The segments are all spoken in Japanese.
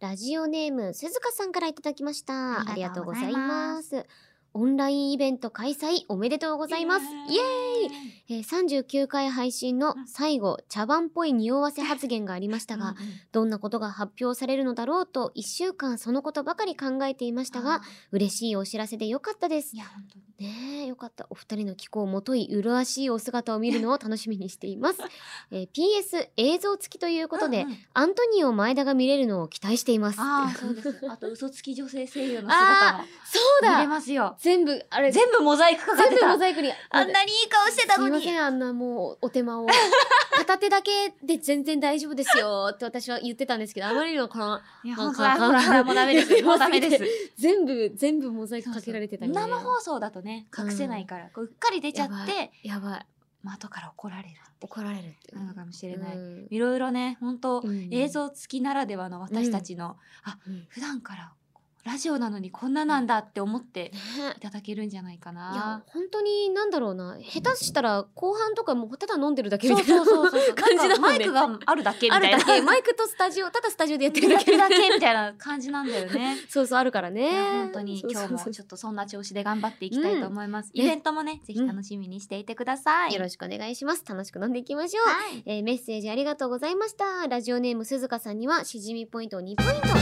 ラジオネーム、鈴鹿さんからいただきました。あありりががととうごうござざいいま。ますオンラインイベント開催おめでとうございます。イエーイイーイえー39回配信の最後、茶番っぽい匂わせ発言がありましたが、どんなことが発表されるのだろうと、1週間そのことばかり考えていましたが、嬉しいお知らせでよかったですい。や本当にねえ、よかった。お二人の気候もとい、麗しいお姿を見 るのを楽しみにしています。えー PS 映像付きということで、うんうんアントニオ前田が見れるのを期待しています。ああそそうですあと嘘つき女性声優の姿あもう見れだますよ全部、あれ、全全部モザイクかかって部たモザイクに。あんなにいい顔してたのすいまにせん、あんなもう、お手 間を。片手だけで全然大丈夫ですよって私は言ってたんですけど、あまりにもこの、いやなん本当かだほらほらもうダメでやすばもうダメですぎ全部、全部モザイクかけられてたりね生放送だとね隠せないから、こううっかり出ちゃやっばて、やばい。まあ、後から怒られるって怒られるっていう。なのかもしれない、うんいろいろね本当、うん映像付きならではの私たちの、うん普段からラジオなのにこんななんだって思ってねいただけるんじゃないかいやな、本当になんだろうな下手したら後半とかもうただ飲んでるだけみそたういなそうそうそう感じなだんかもマんイねクがあるだけ みあたいるなだけマイクとスタジオただスタジオでやってるだ だけけだけみたいな感じなんだよね。 そうそうあるからいやね本当に今日そもうそうちょっとそんな調子で頑張っていきたいと思います。うんイベントもね、ぜひ楽しみにしていてくださそうい。よろしくお願いします楽しく飲んでいきましょう、はい。えーメッセージありがとうございましたラジオネーム鈴鹿さんにはしじみポイントを2ポイントいただいてい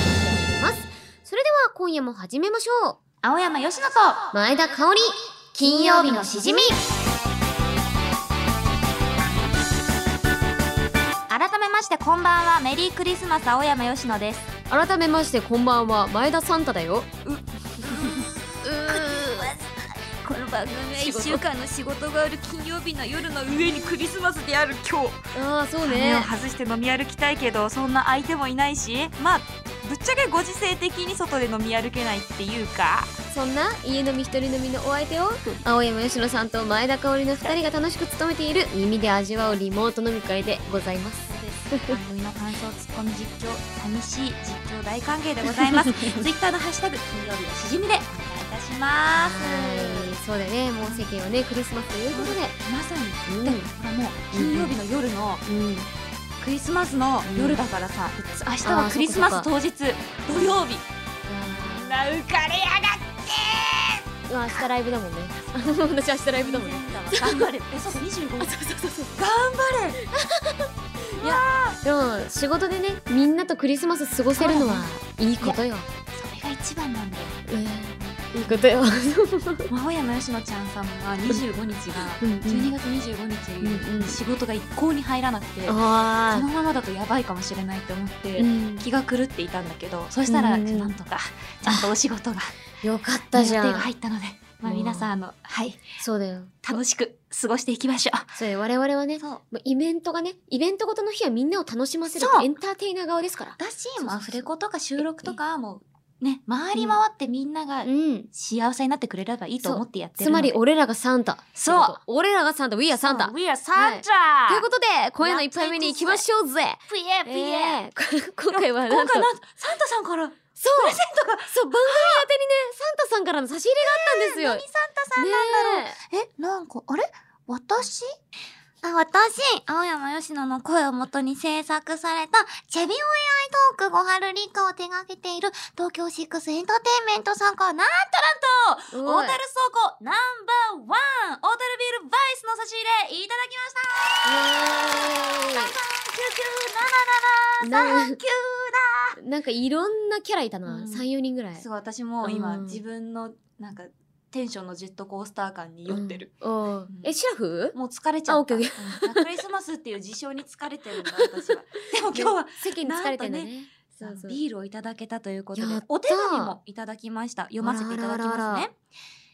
ますそれでは今夜も始めましょう青山よしのと、前田香織金曜日のしじみ改めましてこんばんは、メリークリスマス青山よしのです。改めましてこんばんは前田サンタだよこの番組は仕事一週間の仕事がある金曜日の夜の上にクリスマスである今日。ああそう羽をね外して飲み歩きたいけど、そんな相手もいないし、まあ、ぶっちゃけご時世的に外で飲み歩けないっていうか。そんな家飲み一人飲みのお相手を青山佳乃さんと前田香織の2人が楽しく務めている耳で味わうリモート飲み会でございます番組の感想ツッコミ実況寂しい実況大歓迎でご ざいますツイッターのハッシュタグ金曜日のしじみでお願いいたしまはすいそうだねもう世間はねクリスマスということでまさにうんでもこれもう金曜日の夜のうんクリスマスの夜だからさ、明日はクリスマス当日土曜日な浮かれやがっうわ明日ライブだもんね私明日ライブだもんねて頑張れえそうそう25日でも仕事でねみんなとクリスマス過ごせるのはいいことよそれが一番なんだよいいことよまあ青山佳乃ちゃんさんは25日がうんうん12月25うんうん日仕事が一向に入らなくて、あこのままだとやばいかもしれないと思って、ーうん気が狂っていたんだけどそしたらうんなんとかちゃんとお仕事がよかった予じ定ゃがん入ったので、まあ、うん皆さんあの、はい、そうだよ楽しく過ごしていきましょう。そうよ我々はねそうまあイベントがね、イベントごとの日はみんなを楽しませるそうエンターテイナー側ですから。だしそうそうそうもうアフレコとか収録とかもうね回り回ってみんながうん。幸せになってくれればいいと思ってやってつるのまでり、俺らがサンタ。そうってこと俺らがサンタ、We are サンタ。 We are はい Santa! ということで、今夜の一杯目に行きましょうぜプエプエえー今回はな今んと、そ回うなんとサンタさんからそう、番組宛てにね、サンタさんからの差し入れがあったんですよ。何サンタさんなんだろう、ねえ、なんか、あれ私あ私、青山よしのの声をもとに制作された、チェビオ AI トーク小春理科を手掛けている、東京シックスエンターテインメントさんから、なんとえなんと、お小い樽倉庫ナンバーワン、小樽ビールバイスの差し入れ、いただきましたな !39977739 なんかいろんなキャラいたな、うん3、4人ぐらい。すごい、私も今、うん自分の、なんか、テンションのジェットコースター感に酔ってる。うん。おうえ、シラフもう疲れちゃあっ OK た。うんクリスマスっていう事象に疲れてるんだ、私は。 でも今日は、ね世間に疲れてんだなんね。そうそうビールをいただけたということでやったお手紙もいただきました読ませていただきあらあらあまらすあね、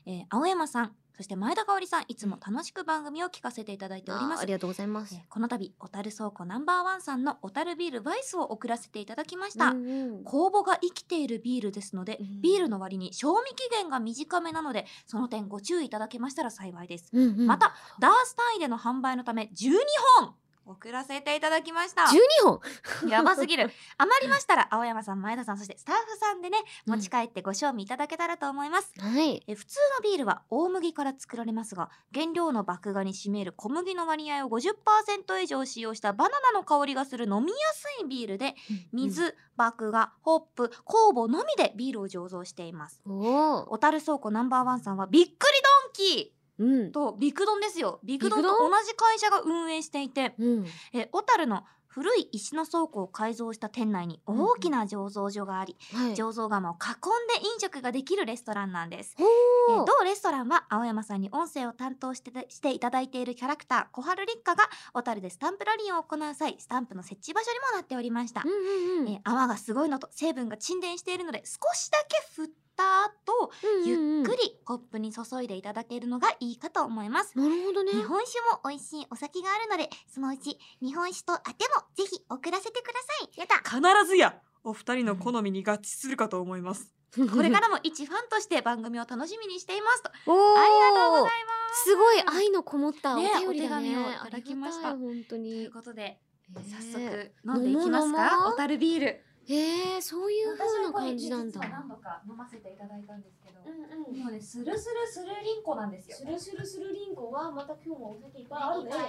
えー青山さんそして前田香織さんいつも楽しく番組を聞かせていただいておりまあすありがとうございますえー。この度小樽倉庫ナンバーワンさんの小樽ビールバイスを送らせていただきました、うんうん公募が生きているビールですので、うんビールの割に賞味期限が短めなのでその点ご注意いただけましたら幸いです、うんうんまたダース単位での販売のため12本送らせていただきました。 12本やばすぎる。余りましたら、青山さん、前田さん、そしてスタッフさんでね、うん持ち帰ってご賞味いただけたらと思います。 はい。え普通のビールは大麦から作られますが、原料の麦芽に占める小麦の割合を50%以上使用したバナナの香りがする飲みやすいビールで、水、麦芽、ホップ、酵母のみでビールを醸造しています。うん。おお。小樽倉庫ナンバーワンさんは、びっくりドンキうんー。と、ビクドンですよ。ビクドンビとクド同じ会社が運営していて、うん。え小樽の古い石の倉庫を改造した店内に大きな醸造所があり、はい。醸造窯を囲んで飲食ができるレストランなんです。ほえー同レストランは青山さんに音声を担当しててしていただいているキャラクター小春立花が小樽でスタンプラリーを行う際スタンプの設置場所にもなっておりましたう。んうんうん。え泡がすごいのと成分が沈殿しているので少しだけ振った後ゆっくり。りコップに注いでいただけるのがいいかと思います。なるほどね。。日本酒も美味しいお酒があるので、そのうち日本酒とあてもぜひ送らせてください。やだ。必ずやお二人の好みに合致するかと思います。これか ららも一ファンとして番組を楽しみにしていますと。あおお。りがとうございます。すごい愛のこもったおね便りだね。お手紙をいただきましたありがい本当といにう。ことで、えー早速飲んでいきます飲もう飲もか。う小樽ビール。えー、そういう風な感じなんだ私。はこれ実は何度か飲ませていただいたんですけど。うんもうね、スルスルスルリンコなんですよ。ルスルスルリンゴはまた今日もお酒いっぱある、いっぱい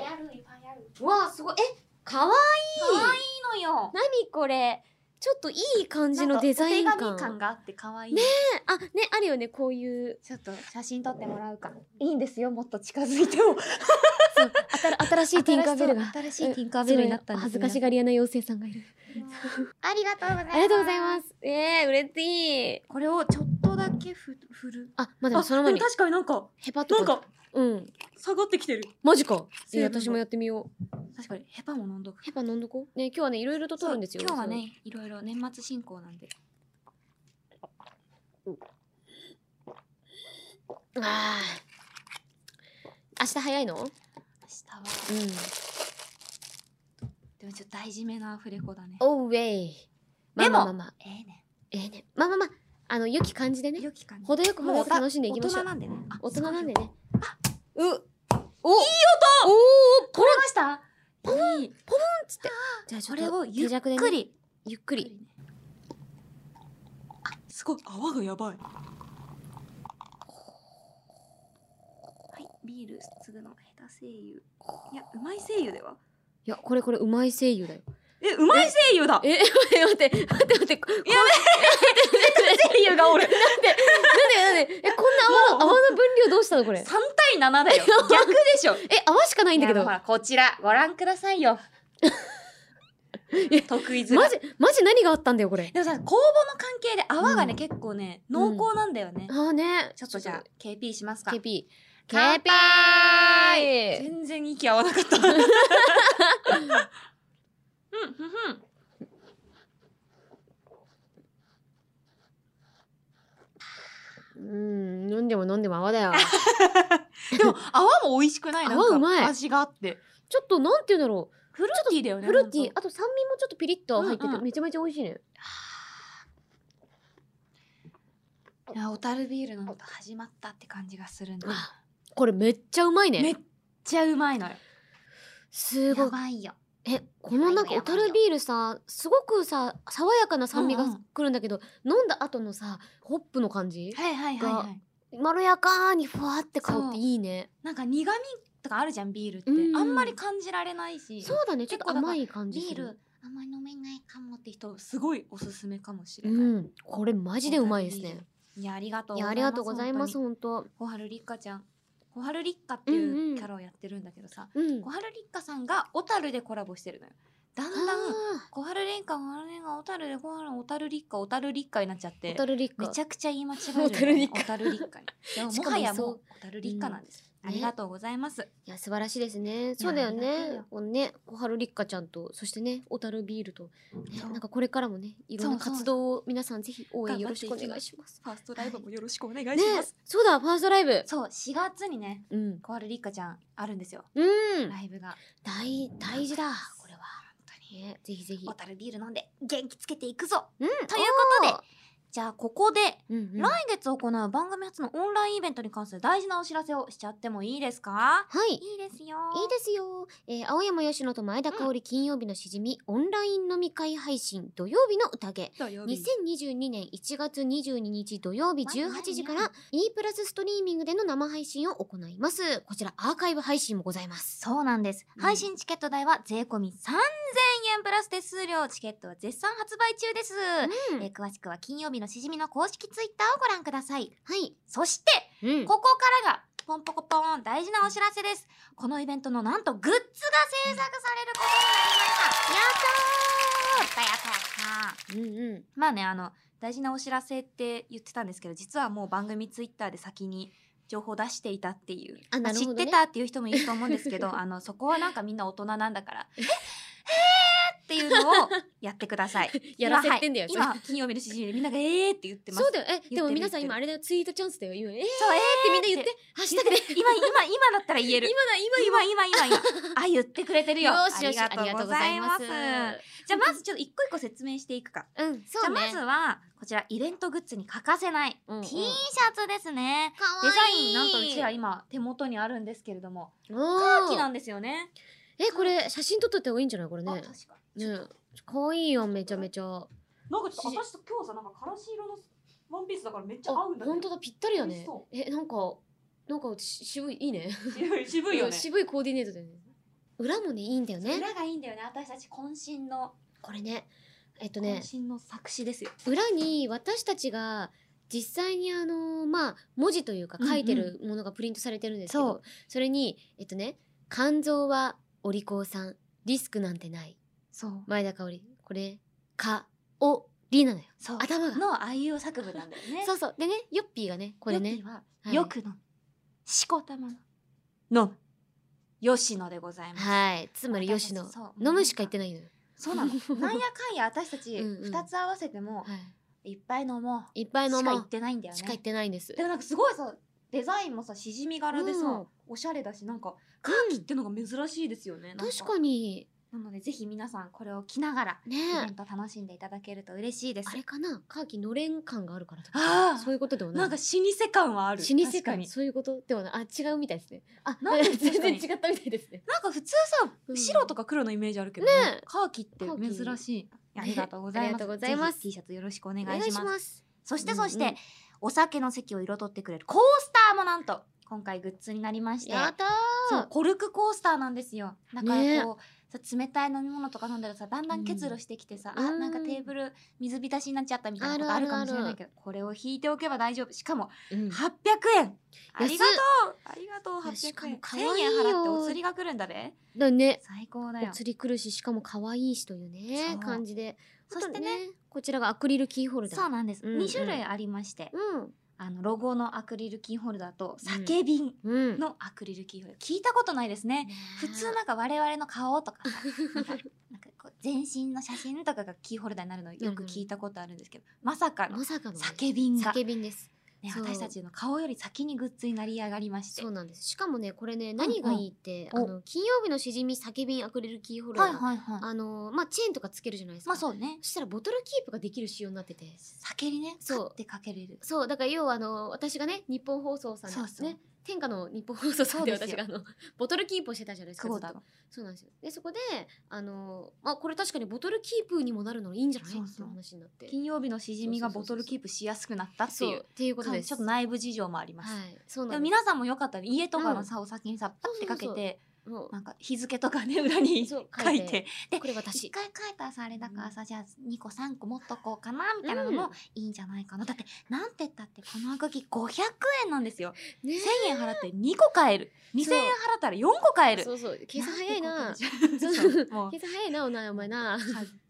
ある。わあすごい。え、かわいい。可愛いのよ。何これ。ちょっといい感じなんのかデザインお手紙感感。があって可愛い。ねあ、ね、あるよね、こういう。ちょっと写真撮ってもらうか。いいんですよ、もっと近づいても。 新しいティンカーベルが。新しいティンカーベルになったんです。恥ずかしがり屋な妖精さんがいる。ありがとうございます。ありがとうございます。えー、嬉しい。これをちょっとだけふ振る。あ、まあ、でもその前にでも、確かになんか、ヘパとなんかうん。下がってきてる。マジか。成え分が私もやってみよう。確かにヘパも飲んどく。ヘパ飲んどこうね、今日はね、いろいろと取るんですよ。今日はね、いろいろ年末進行なんで。そう。あー明日早いのうん。明日はでもちょっと大事めなアフレコだね。おうウェイ。でまあもまあまあまあ、ええね。ええね。まあまあまあ、あの、良き感じでね。良き感じ。程よく程よくもう楽しんでいきましょ大人う。なんでね。あ大人なんで。そうよね。う、おいい音おー取れました。いい。じゃあちこょっれをとゆ手っ弱でくね、り。ゆっくり。すごい、泡がやばい。はい、ビールすぐの下手声優。いや、うまい声優では。いや、これこれ、うまい声優だよ。え、うまい声優だえ、待って、待って、待って、待って。こや声優がおるなんでなんでえ、こんな泡の、もう泡の分量どうしたのこれ。三対七だよ。逆でしょ。え、泡しか ないんだけど。いやほマらこちらご覧くださ いよいや得意ジずら、マジ何があったんだよ、これ。でもさ酵母の関係で泡がね、うん結構ね濃厚なんだよね、あーね。ちょっとじゃあ KP しますか KP。乾 KP! 全然息合わなかった うんふんふんうん、飲んでも飲んでも泡だよ。 でも、泡も美味しくないなんか泡うまい味があって。ちょっと、なんて言うんだろフルーティーだよう。ねフルーティーほ、んとあと酸味もちょっとピリッと入ってうんてう、んめちゃめちゃ美味しいね。いや小樽ビールのと始まったって感じがするんだあこれめっちゃうまいめっね。ちゃうまいのよすやごい。ばいよえ、このなんか、や小ばいよ樽ビールさ、すごくさ、爽やかな酸味がくるんだけど、飲んだ後のさ、ホップの感じはいはいはいはいまろやかにふわって香っていいね。なんか苦味とかあるじゃんビールって、うんあんまり感じられないしそうだね、ちょ結っと構だから甘い感じビすーる。ルあんまり飲めないかもって人すごいおすすめかもしれない、うん、これマジでうまいですね。いやありがとういや、ありがとうございます、本本当。当に小春立花ちゃん小春立花ってんいううんうキャラをやってるんだけどさ、うん。小春立花さんが小樽でコラボしてるのよだんだんあ小春立花小春立花小樽で小春小樽立花小樽立花になっちゃっーてホタルリッめカち。ゃくちゃ言い間違えるよね小樽立花にでもしもかもはやそもうう小樽立花なんです、うんありがとうございます、いや、素晴らしいですね。そうだよありがとうねよ。このね、小春リッカちゃんと、そしてね、小樽ビールと、ねそうなんかこれからもね、いろんなそうそう活動を皆さんぜひ応援よろしくお頑張願っていいします。ファーストライブもよろしくお願いしねます。、そうだ、ファーストライブ。そう4月にねうん。小春立花ちゃんあるんですようん。ライブが大、大事だ、これは。本当にね、ぜひぜひ小。樽ビール飲んで元気つけていくぞうん。ということでおーじゃあここでうんうん来月行う番組初のオンラインイベントに関する大事なお知らせをしちゃってもいいですかはいいいですよいいですよ、えー青山佳乃と前田香織金曜日のしじみ、オンライン飲み会配信土曜日の宴土曜日2022年1月22日土曜日18時から E プラスストリーミングでの生配信を行いますこちらアーカイブ配信もございますそうなんです。うん配信チケット代は税込み3000円プラス手数料。チケットは絶賛発売中です。うんえー詳しくは金曜日のしじみの公式ツイッターをご覧ください。はい、そして、うん、ここからが、ポンポコポーン大事なお知らせです。このイベントのなんとグッズが制作されることになりました。やったーやったやったうんうんまあね、あの、大事なお知らせって言ってたんですけど、実はもう番組ツイッターで先に情報出していたっていう。あまなある知ほっどてねたっていう人もいると思うんです けど、あの、そこはなんかみんな大人なんだから、ええーっていうのをやってください。 やらせてんだよ今、はい今金曜日の指示でみんながえーって言ってます。そうだよえ言ってでるも皆さん言っ今てるあれだよツイートチャンスだよ今えー、ってそう、えーってみんな言ってハッシュタグで 今、今、今だったら言え今るだ。今今、今、今、今。あ、言ってくれてる今よ。よしよしありがとうございますありがとうございますじゃあ、まずちょっと一個一個説明していくか。うんじそゃあうねまずはこちらイベントグッズに欠かせない、うんうん T シャツですねかデわザインなんとうちらいい今手元にあるんですけれどもおーカーキなんですよねえこれ写真撮っといた方がいいんじゃないこれあね確かにね可愛いよめちゃめちゃあなんかちょっと私と今日さなんかからし色のワンピースだからめっちゃ合うんだけど本当だぴったりだ美味ねしそえなんかなんかし渋いいいね渋い渋いよね 渋いコーディネートだよね裏もねいいんだよね裏がいいんだよね私たち渾身のこれねえっとね渾身の作詞ですよ裏に私たちが実際にあのまあ文字というか書いてるものがプリントされてるんですけど、そうそれにえっとね「肝臓はお利口さんリスクなんてないそう前田香織これ「か」「お」「り」なのよそう頭がのあいう作文なんだよねそうそうでねヨッピーがねこれヨッピねーは、はいよくのしこたまのの吉野でございます、はいつまり私吉たち野そう飲むしか言ってないのよ、そ うなのなんやかんや私たちうんうん2つ合わせてもはいっぱい飲もうい、いっぱい飲しかも行っうてないんだよねしか言ってないんですでもなんかすごいさデザインもさしじみ柄でさ、うんおしゃれだしなんかカーキってのが珍しいですよね、なん確かになのでぜひ皆さんこれを着ながらねイベント楽しんでいただけると嬉しいですあれかなカーキのれん感があるからとかあーそういうことではないなんか老舗感はある老舗確か感にそういうことではないあ違うみたいですねあなんか 全然違ったみたいですねなんか普通さ、うん白とか黒のイメージあるけどねねカーキってカーキ珍しいありがとうございますありがとうございますぜひ T シャツよろしくお願いしますますそしてそして、うんうんお酒の席を彩ってくれるコースターもなんと今回グッズになりましてやったそーうコルクコースターなんですよだからねえこう、さ冷たい飲み物とか飲んだらさだんだん結露してきてさ、うんあうんなんかテーブル水浸しになっちゃったみたいなことああるるかあもるしれないけどこれを引いておけば大丈夫しかもうん800円あ安っりがとうありがとういやしか800円も可1000愛いよ円払ってお釣りが来るんだねだね最高だおよ釣り来るししかも可愛いしというそねう感じでそしてねあとこちらがアクリルキーホルダーそうなんです、うんうん2種類ありましてうんあのロゴのアクリルキーホルダーとうん酒瓶うんのアクリルキーホルダー、聞いたことないですねね普通なんか我々の顔とかさ なんかなんかこう全身の写真とかがキーホルダーになるのよく聞いたことあるんですけど、まさかのまさかのね酒瓶が、酒瓶ですね、そう私たちの顔より先にグッズになり上がりましてそうなんですしかもねこれね何がいいって、おあの金曜日のしじみ酒瓶アクリルキーホルダー、はいはいはいあのまあチェーンとかつけるじゃないですか、まあそうねそしたらボトルキープができる仕様になってて酒にねそうそうってかけれるそうだから要はあの私がね日本放送さんでそうそうね天下の日本放送さんでそうです私よがあのボトルキープをしてたじゃないですか久保田ずっのとそうなんですよでそこであのまあこれ確かにボトルキープにもなるのいいんじゃないそうっていそうう話になって金曜日のしじみがボトルキープしやすくなったってそいううっていうこと感でじすちょっと内部事情もあります、はいそうでなもんで皆さんもよかったら家とかのさ、お酒にさパッてかけてそうそうもうなんか日付とかね裏に書そうい書いててでこれ一私回書いたらさあれだからさ、じゃあ2個3個持っとこうかなみたいなのうもんいいんじゃないかな、だってなんて言ったってこのあぐき500円なんですよね1000円払って2個買える2000円払ったら4個買えるそうそう計算早いなそそうう もう計算早いなお前お前なか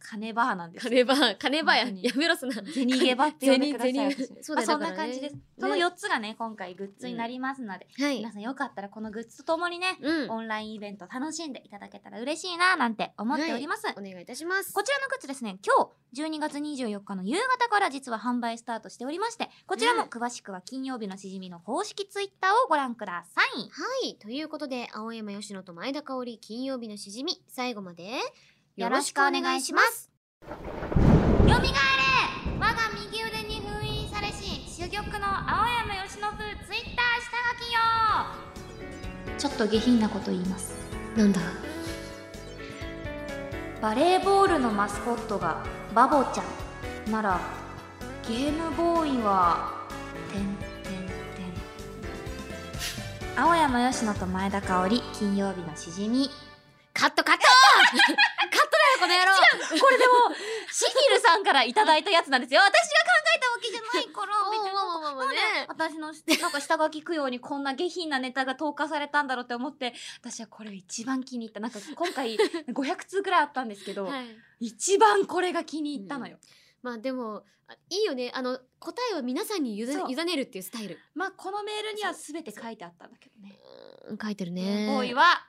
金バーなんですよ金ば金ばや本当にやめろすな銭ゲバって呼んでください銭私銭そうまだよあそんだなから感ねじです、その4つがね今回グッズになりますので、はい皆さんよかったらこのグッズともにね、うんオンラインイベント楽しんでいただけたら嬉しいななんて思っております、お願いいたしますこちらのグッズですね、今日12月24日の夕方から実は販売スタートしておりまして、こちらもうん詳しくは金曜日のしじみの公式ツイッターをご覧ください。はい。ということで、青山佳乃と前田香織、金曜日のしじみ、最後まで、。よろしくお願いしますよみがえれ我が右腕に封ちょっと下品なこと言いますなんだバレーボールのマスコットがバボちゃんならゲームボーイはてんてんてん青山佳乃と前田香織金曜日のしじみカット カットカットだよこの野郎これでもシギルさんからいただいたやつなんですよ私が考えたわけじゃないからおう別にまあまあまあまあね 私のなんか下書き供養にこんな下品なネタが投下されたんだろうって思って私はこれ一番気に入ったなんか今 回500通くらいあったんですけど、はい一番これが気に入ったのよ、まあでもあいいよねあの答えは皆さんに委ねそう委ねるっていうスタイルまあこのメールには全て書いてあったんだけどねうん書いてるねボーイは、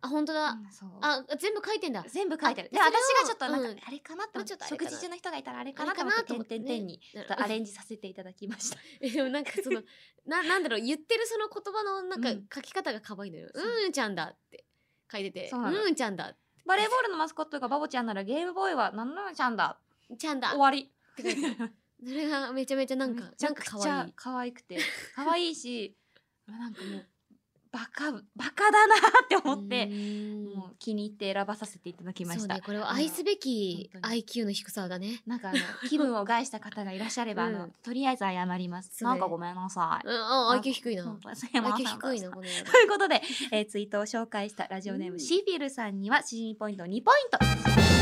あ本当だ、うんそうあ全部書いてんだ全部書いてあるであ私それをがちょっとなんか、うんあれかなって思っちょっとあれか食な事中の人がいたらあれかあなれとか思なってと思って点々点々になるちょっとアレンジさせていただきましたえでもなんかそ のななんだろう言ってるその言葉のなんかうん書き方が可愛いのよ、う、そうんちゃんだって書いててそううなのんちゃんだバレーボールのマスコットがバボちゃんならゲームボーイは何々ちゃんだちゃんだ終わり って書いてそれがめちゃめちゃなんかめちなゃんくか可ちゃ愛い可愛 くて可愛いしなんかもうバカバカだなって思って、うんもう気に入って選ばさせていただきまそしうた、ねこれは愛すべきうん本当 IQ の低さだねなんかあの気分を害した方がいらっしゃれば、あうのんとりあえず謝りますそうなねんかごめんなさいうんああ IQ 低いな本当ですいま IQ せん低いなこの野郎ということで、 えーツイートを紹介したラジオネーム、うんシーフィルさんには、しじみポイント2ポイント差し上げます。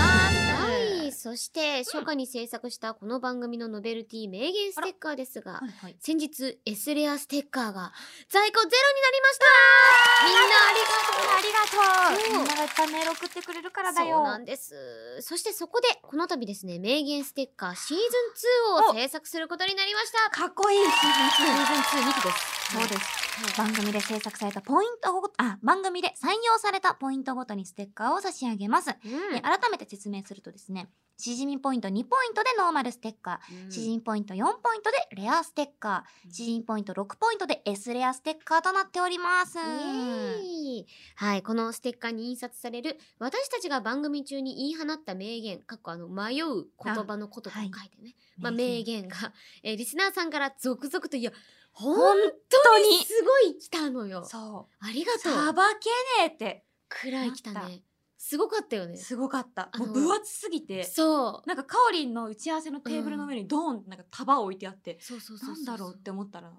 はい、そして初夏に制作したこの番組のノベルティ名言ステッカーですが、はいはい先日 S レアステッカーが在庫ゼロになりましたみんなありそありがとううみんながいっぱいメール送ってくれるからだよ。そうなんですそしてそこでこの度ですね名言ステッカーシーズン2を制作することになりましたかっこいいシーズシン2。ーズン2期です、そうですす。番組で制作されたポイントごと、あ、番組で採用されたポイントごとにステッカーを差し上げます。うんで改めて説明するとですね、しじみポイント2ポイントでノーマルステッカー、うん詩人ポイント4ポイントでレアステッカー、詩人ポイント6ポイントで S レアステッカーとなっておりまイす。エーイはい、このステッカーに印刷される私たちが番組中に言い放った名言かっこあの迷う言葉のことと書いてね、まあ、名言が、えーリスナーさんから続々といや本当にすごい来たのよそありがう。さとうばけねえって、くらい来たなっねすごかったよねすごかった。あものう分厚すぎて、そうなんかカオリンの打ち合わせのテーブルの上にドーンってなんか束を置いてあって、そうそうそなうそんだろうって思ったら、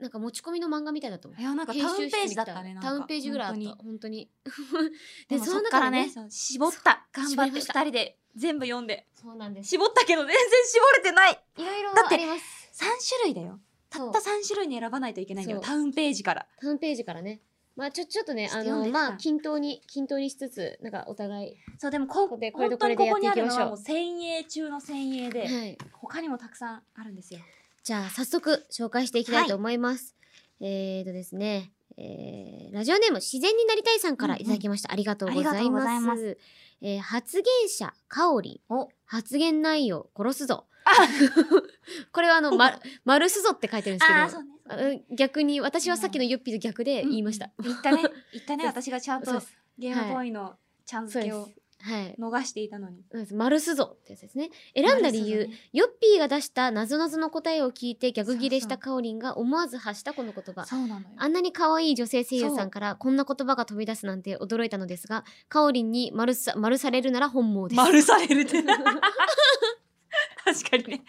なんか持ち込みの漫画みたいだったもんいや、なんかタウンページだったね。なんかタウンページぐらいあった本当に本当にででもそのそっか中らでねね絞った頑張絞っりてま二した人で全部読んでそうなんです絞ったけど全然絞れてないいろいろだってあります三種類だよたった三種類に選ばないといけないんだよそうタウンページからタウンページからね。まあちょ、ちょっとね、ちょっあと読んの、でまはあい均等に、均等にしつつ、なんかお互い。そうでもここでこれ本と当こにれでこやっこてにいあきるまのしはょもう。う先鋭中の先鋭で、はい。他にもたくさんあるんですよじゃあ、早速紹介していきたいと思います。えーとですね、えー、ラジオネーム自然になりたいさんからいただきました。ありがとうござあいりがとうございまます。えー発言者、かおりお。発言内容、殺すぞあ。 これはあの、 ま、丸すぞって書いてるんですけど。うねあ逆に、私はさっきのユッピーと逆で言いました。 言ったね言ったねそう私がちゃんそうとですゲームボーイのちゃん付けそうをではい。逃していたのにそうです丸すぞってやつですね。選んだ理由、ヨッピーが出したなぞなぞの答えを聞いて逆ギレしたカオリンが思わず発したこの言葉。そうなのよあんなに可愛い女性声優さんからこんな言葉が飛び出すなんて驚いたのですが、カオリンに丸さ丸されるなら本望です。丸されるって 確かにね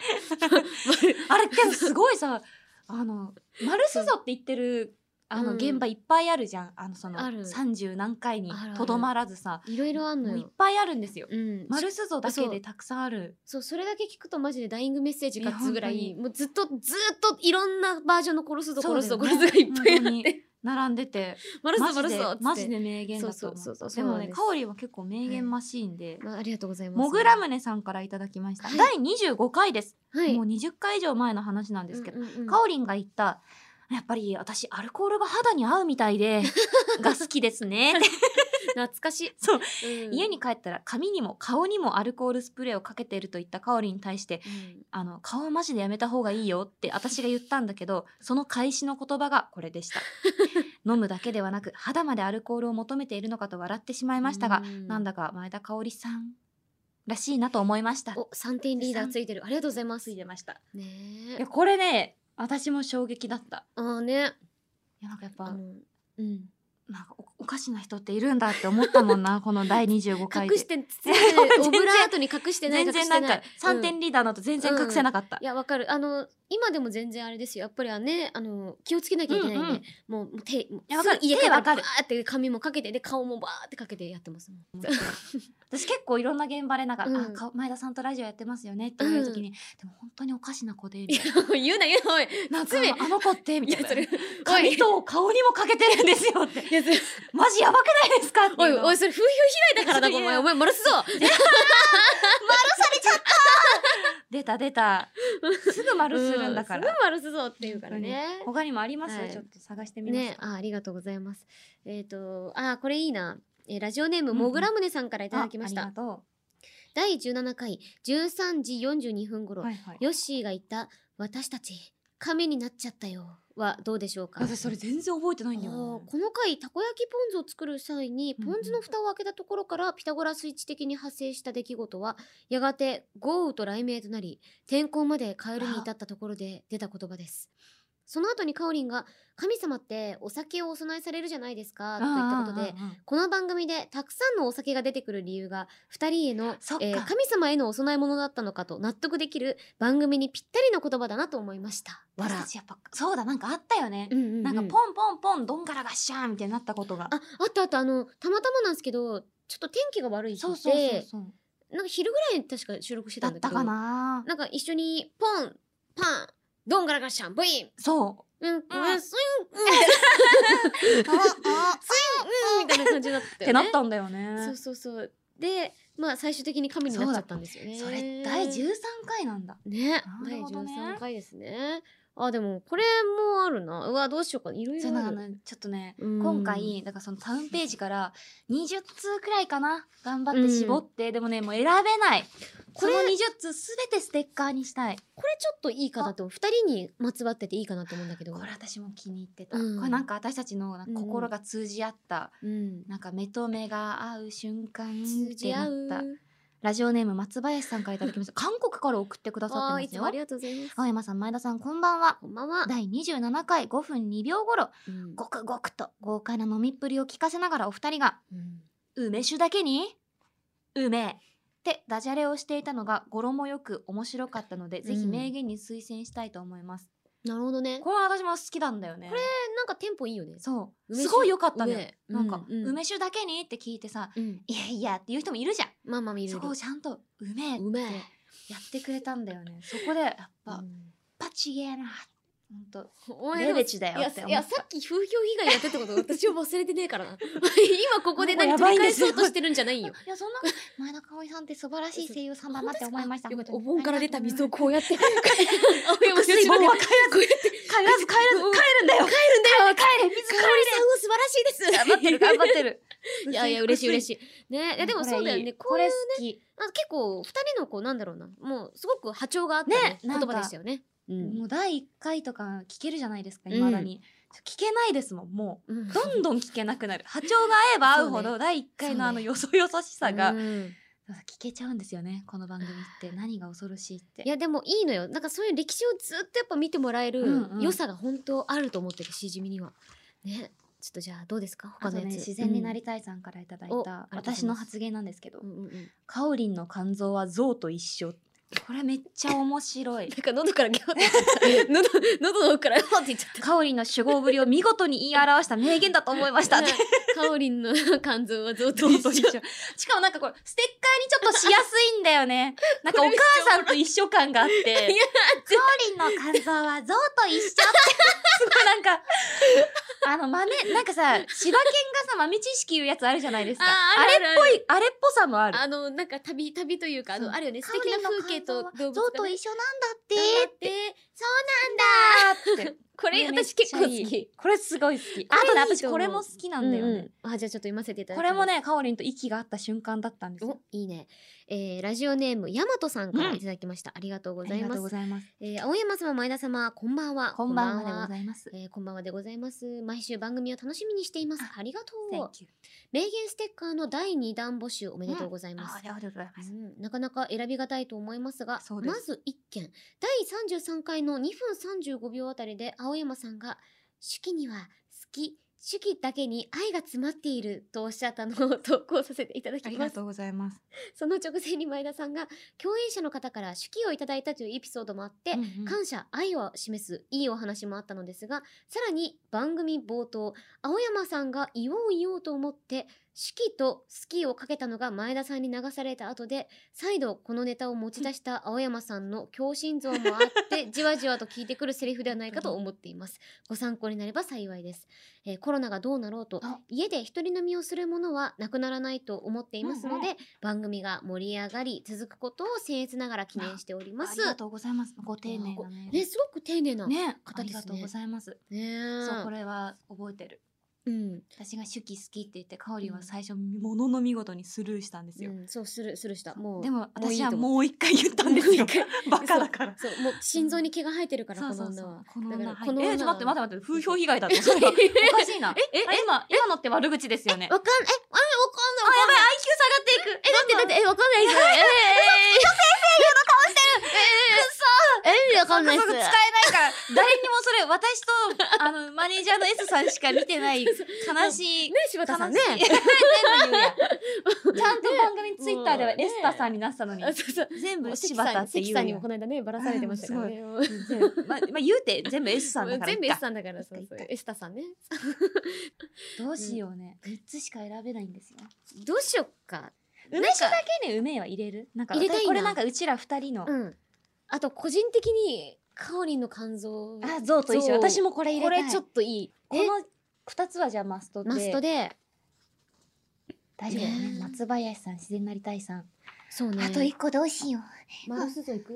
あれでもすごいさあの「丸すぞ」って言ってるあのうん現場いっぱいあるじゃんあのそのある30何回にあるあるとどまらずさ いろいろあんものういっよ。ぱいあるんですよ。うん、丸すぞだけそでうたくさんあるそうそれだけ聞くとマジでダイイングメッセージがつぐらいやい本もうずっとずーっといろんなバージョンの殺すぞそう殺だすよぞね殺すぞがいっぱいあ本っ当て並んでて 丸すぞマ丸ジすでぞっつってマジで名言だとそう思そうそううそうでもそうなんねですかおりは結構名言マシーンで、まあ、ありがとうございます。モグラムネさんからいただきました、はい第25回です、はいもう20回以上前の話なんですけど、うんうんうんかおりんが言ったやっぱり私アルコールが肌に合うみたい でが好き ですねって懐かしい。 そううん家に、帰ったら髪にも顔にもアルコールスプレーをかけていると言ったかおりに対してうんあの顔マジでやめた方がいいよって私が言ったんだけどその開始の言葉がこれでした 飲むだけではなく肌までアルコールを求めているのかと笑ってしまいましたが、うんなんだか前田香織さんらしいなと思いましたお、三点リーダーついてる。ありがとうございます。ついねてましたいえや。これね私も衝撃だったああね。いやなんかやっあぱの、うん。なんかおおかしな人っているんだって思ったも んなこの第25回で隠して、包ん 全然でオブラートに隠してない、全隠然しなてんなかい。 3点リーダーのと全然隠せなかった、いや、わかる。あの、今でも全然あれですよ。やっぱりはね、あの、気をつけなきゃいけないんで、うんうんもうもう手、もうやわすかぐる家から手わかるバーって髪もかけて、で、顔もバーってかけてやってますもん。私結構いろんな現場でなんか、うんあか前田さんとラジオやってますよねって言われる時に、でも本当におかしな子でみたいな言うな、言うな、おい。なんか失礼あの子ってみいたや、いそれ、おいな髪。と顔にもかけてるんですよっていやそれマジやばくないですかっておいいうのおいそれ風評被害だからだおいや前お前丸すぞ出た出たすぐ丸するんだかうすら、ぐ丸すぞって言うからね他にもあります、はいちょっと探してみましねた、あありがとうございますえっ、とあこれいいなえーラジオネームもぐらむねさんからいただきましああたりがと第17回13時42分う頃、はいはいヨッシーが言った「私たち亀になっちゃったよ」はどうでしょうか私それ全然覚えてないんだよ、あーね、この回たこ焼きポン酢を作る際にうんポン酢の蓋を開けたところからピタゴラスイッチ的に発生した出来事はやがて豪雨と雷鳴となり天候まで変えるに至ったところで出た言葉ですその後にカオリンが「神様ってお酒をお供えされるじゃないですか」と言ったことでうんうんうんうんこの番組でたくさんのお酒が出てくる理由が2人へのそっ、かえー神様へのお供え物だったのかと納得できる番組にぴったりの言葉だなと思いました。わ私らたちやっぱそうだなんかあったよね、うんうんうんなんかポンポンポンどんからがっしゃーみたいになったことがあ、あったあった、あの、たまたまなんですけど、ちょっと天気が悪い日で、そうそうそうそうなんか昼ぐらいに確か収録してだたっんだけたど、かななんか一緒に、ポン、パン、どんがらがっしゃん、ブイン、そうん、うん、うん、うん、うん、あ、みたいな感じになったうっよね。てなったんだよねそうそうそう。で、まあ最終的に神になっちゃったんですよね。それ第13回なんだね、なる第ほどね13回ですね。あ、でもこれもあるな。うわ、どうしようか。いろいそれろなあんる。かねちょっとねうん今回だからそのタウンページから20通くらいかな頑張って絞って、でもねもう選べないここのれ20通すべてステッカーにしたいこれちょっといいかなと、二人にまつわってていいかなと思うんだけど。これ私も気に入ってた、うんこれなんか私たちのなんか心が通じ合った、うん。なんか目と目が合う瞬間通っじてな合ったう。ラジオネーム松林さんからいただきました韓国から送ってくださってあまーいすつよもありがとうございます。青山さん前田さんこんばんはこんばんは。第27回5分2秒頃うんごくごくと豪快な飲みっぷりを聞かせながらお二人がうん「梅酒だけに梅」ってダジャレをしていたのが語呂もよく面白かったので、ぜひ名言に推薦したいと思いますなるほどね。ここれは私も好きなんだよねこれれなんかテンポいいよね。そう梅酒すごい良かったね梅なんか、うんうん梅酒だけに?」って聞いてさうん。「いやいや」っていう人もいるじゃんまあまあ見るそよこをちゃんと「梅」ってうめえ。やってくれたんだよねそこでやっぱ、うんパチゲーなほんとお前レベチだいやよって思いやっさたっき風評被害やってたこと私は忘れてねえから な今ここで何もうやば取いりん返ですよそうとしてるんじゃない よいやそんな前田香織さんって素晴らしい声優さんだ本なっ当でてすか思い ましたよかったお本当に盆から出た水をこうやって青山水盆は帰こうやって帰らず帰らず帰るんだよ帰るんだよ帰れ水香織さんは素晴らしいです頑 張ってる頑張ってるいやいや嬉しい嬉ししいねい やでもそうだよねここれれ好きあ結構二人のこうなんだろうなもうすごく波長があったねね言なんか葉でしたよね。うんもう第一回とか聞けるじゃないですかうん未だに聞けないですもん もうんうどんどん聞けなくなる波長が合えば合うほそうど第一回のあのよそよそしさがうん聞けちゃうんですよねこの番組って何が恐ろしいっていやでもいいのよなんかそういう歴史をずっとやっぱ見てもらえうんるうん良さが本当あると思っててしじみにはねちょっとじゃあどうですか他あとのやねつ、自然になりたいさんからいただいおたありがとうございます私の発言なんですけどうん、うんうんうんカオリンの肝臓は象と一緒これめっちゃ面白い なんか喉からギャーって言っちゃ った喉喉の奥からギャーって言っちゃったカオリンの主語ぶりを見事に言い表した名言だと思いま した。ねカオリンの肝臓は象どとう一ぞ緒一緒しかもなんかこれステッカーにちょっとしやすいんだ よね。なんかお母さんと一緒感があって。いやカオリンの肝臓は象と 一緒。すごいなんか、あの豆、なんかさ、柴犬がさ、豆知識言うやつあるじゃないですか。ああれっるあるぽい、あれっぽさもある。あのなんか旅旅というかあそうのあるよね素カオ敵リなンの風景と動肝物臓は象がとね一緒なんだって。だってあーって。これ私結構好き。 これすごい好き。 ああれとね、いい私と思うこれも好きなんだよね。うんあじゃあちょっと読ませていただきこますれもね、カオリンと息が合った瞬間だったんですよお。いいね、えー、ラジオネームやまとさんからうんいただきました、ありがとうごあざりいがまとうすございます。えー青山様前田様こんばんはこんばんはでございます。えーこんばんはでございます毎週番組を楽しみにしていますありがとう Thank you 名言ステッカーの第二弾募集おめでとうございまあすあ、りがとうございます。うんなかなか選びがたいと思いますがそうですまず1件第33回の2分35秒あたりで青山さんが「手記には好き手記だけに愛が詰まっているとおっしゃったのを投稿させていただあきりまがすとうございます。その直前に前田さんが共演者の方から手記をいただいたというエピソードもあって、うんうん感謝愛を示すいいお話もあったのですがさらに番組冒頭青山さんが言おう言おうと思って「四季」と「スキー」をかけたのが前田さんに流された後で再度このネタを持ち出した青山さんの強心臓もあっ てじわじわと聞いてくるセリフではないかと思っていますご参考になれば幸いです、えーコロナがどうなろうとあ家で一人飲みをするものはなくならないと思っていますのうで、んう番組が盛り上がり続くことを僭越ながら記念しておりまあすりがとうございます。ご丁寧なね。ね、すごく丁寧な。ねね、方あでりすねがとうございます。えそう、これは覚えてる。うん、私が手記好きって言って、香りは最初、ものの見事にスルーしたんですうよ。ん、そうするするしたもうでも、ういい私はと思もう一回言ったんですもうよ一。回 バカだから。そうもう心臓に毛が生えてるから、そうこそのう女そうは。このだから女はいこの女えーちょっと待って待って待って風評被害だってそれ はおかしいなええ今今のって悪口ですよねわかんえあわかんないわかんない IQ 下がっていくえだってだってえわかんないですえええええええええわかんないっそすう使えないから誰にもそれ私とあのマネージャーの S さんしか見てない悲しいね柴田さんね悲しい全部言うやんちゃんと番組ツイッターではもうねエスタさんになってたのにあ そうそう全部関柴田さんって関言さうんにやもんこの間ねばらされてましたからねもう全部ままあ言うて全部 S さんだから全部エスタんだからそう言ったそうエスタさんねどうしようね3つしか選べないんですよどうしよっか梅酒だけね梅は入れるなんか入れたいなこれなんかうちら2人のうんあと個人的にかおりんの肝臓あ、象と一象緒。私もこれ入れこたい。れちょっといいこの二つはじゃあマストで。マストで大丈夫だよねね。松林さん、自然なりたいさん。そうねあと一個どうしよう。マルスゾ行く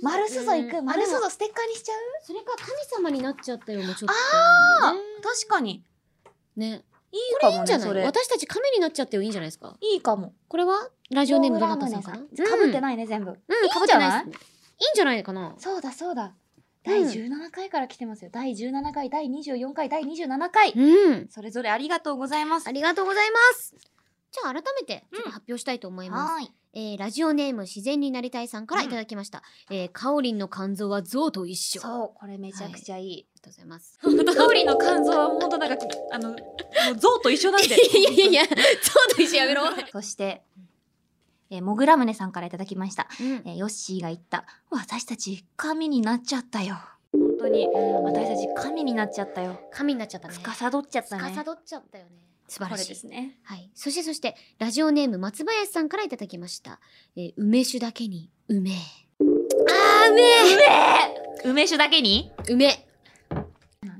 マルスゾ行うく。んマルスゾステッカーにしちゃうそれか神様になっちゃったよもうちょっとあ確かに。ねいいこかれもいいねんじゃなそいれ私たち亀になっちゃったよいいんじゃないですかいいかも。これはラジオネームどなたさんかなかぶっていないね、全う部。んかぶってないっすねいいんじゃないかなそうだ、そうだ。第17回から来てますよ。第17回、第24回、第27回。うんそれぞれありがとうございますあ。りがとうございますじゃあ改めてちょっと発表したいと思いますはーい。えーラジオネーム自然になりたいさんからいただきました。えー、かおりんの肝臓は象と一緒。ありがそう、これめちゃくちゃいい。とうございます。 香りの肝臓は本当なんか、あの、もう象と一緒なん でや、象と一緒やめろ。そして、えー、もぐらむねさんからいただきました。うんえーヨッシーが言った、私たち神になっちゃったよ。本当に、私たち神になっちゃったよ。神になっちゃったね。司どっちゃったね。司っちゃったよね。素晴こられしでい。すね。はい。そしてそして、ラジオネーム松林さんからいただきました。えー、梅酒だけに、梅。あー、梅梅酒だけに、梅。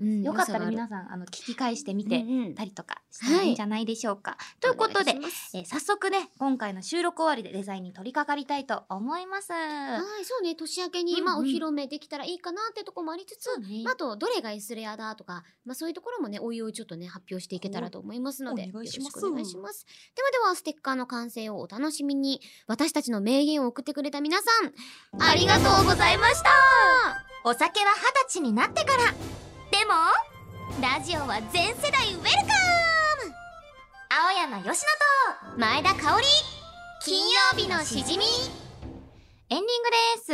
うんよかった良さがらある皆さん、あの、聞き返してみうてんうんたりとかしたらいいんじゃないでしょうか。ということでお願いし、ますえー早速ね、今回の収録終わりでデザインに取り掛かりたいと思います。はい、そうね、年明けに、うんうんまあ、お披露目できたらいいかなってとこもありつつ、ねまああとどれが S レアだとか、まあ、そういうところもねおいおいちょっとね発表していけたらと思いますのでおよろ願いししますくお願いしますではではステッカーの完成をお楽しみに私たちの名言を送ってくれた皆さんありがとうございましたお酒は二十歳になってからでもラジオは全世代ウェルカム青山佳乃と前田香織金曜日のしじみエンディング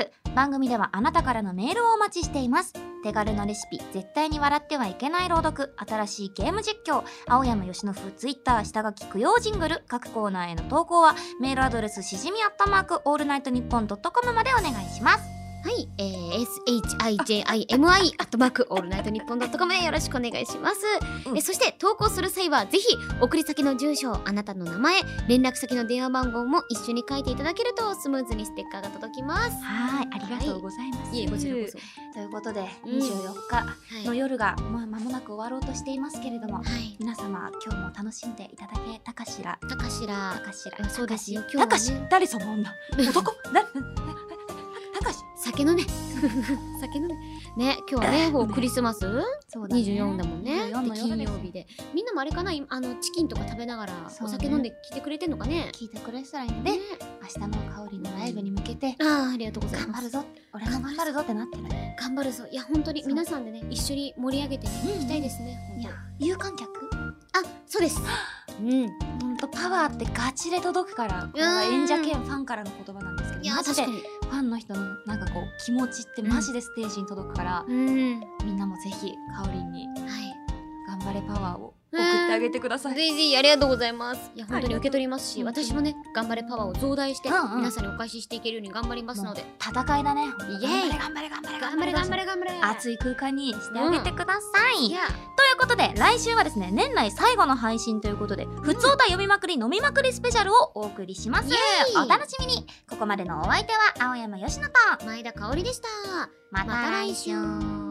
です番組ではあなたからのメールをお待ちしています手軽なレシピ絶対に笑ってはいけない朗読新しいゲーム実況青山由伸ツイッター下書き供養ジングル各コーナーへの投稿はメールアドレスしじみアットマークオールナイトニッポンドットコムまでお願いしますはい、えー、shijimi アットマークオールナイトニッポンドットコムでよろしくお願いします、うんえそして投稿する際はぜひ送り先の住所あなたの名前連絡先の電話番号も一緒に書いていただけるとスムーズにステッカーが届きますはいありがとうございます、いえこちらこそということでうん24日はいの夜がもう間もなく終わろうとしていますけれどもはい。皆様今日も楽しんでいただけたかしらたかしたら、かしあらそうですよたかし今日はねたかし誰その女男なたたかし酒飲め。 酒飲め。ね、今日は ね、もうクリスマスそうだね二十四だもんね。で24金の夜です曜日で、みんなもあれかな、今あのチキンとか食べながら、そおうね酒飲んで来てくれてんのかね。聞いてくれてたらいいので、ね、明日の香りのライブに向けてああ、ありがとうござい頑ま張する。ぞ俺も頑張るぞってなってる頑張るぞ。いや、本当にそう皆さんでね、一緒に盛り上げてねうんうんいきたいですね。いや本有観客当あ、そうです。うん。ほんとパワーってガチで届くからこれは演者兼ファンからの言葉なんですけいどや、マジ確でかフに。ァンの人のなんかこう気持ちってマジでステージに届くから、うん。はみんなもぜひ香りにい。頑張れパワーを送送ってあげてください。ぜひぜひありがとうございます。いや、はい本当に受け取りますし、うん私もね、頑張れパワーを増大して、うんうん皆さんにお返ししていけるように頑張りますので、戦いだね。イエイ頑張れ頑張れ頑張れ頑張れ頑張れ熱い空間にしてあげてください。いや、ということで来週はですね年内最後の配信ということで「ふつおた読みまくり飲みまくりスペシャル」をお送りしますイエーイお楽しみにここまでのお相手は青山佳乃と前田香織でした。またまた来来週週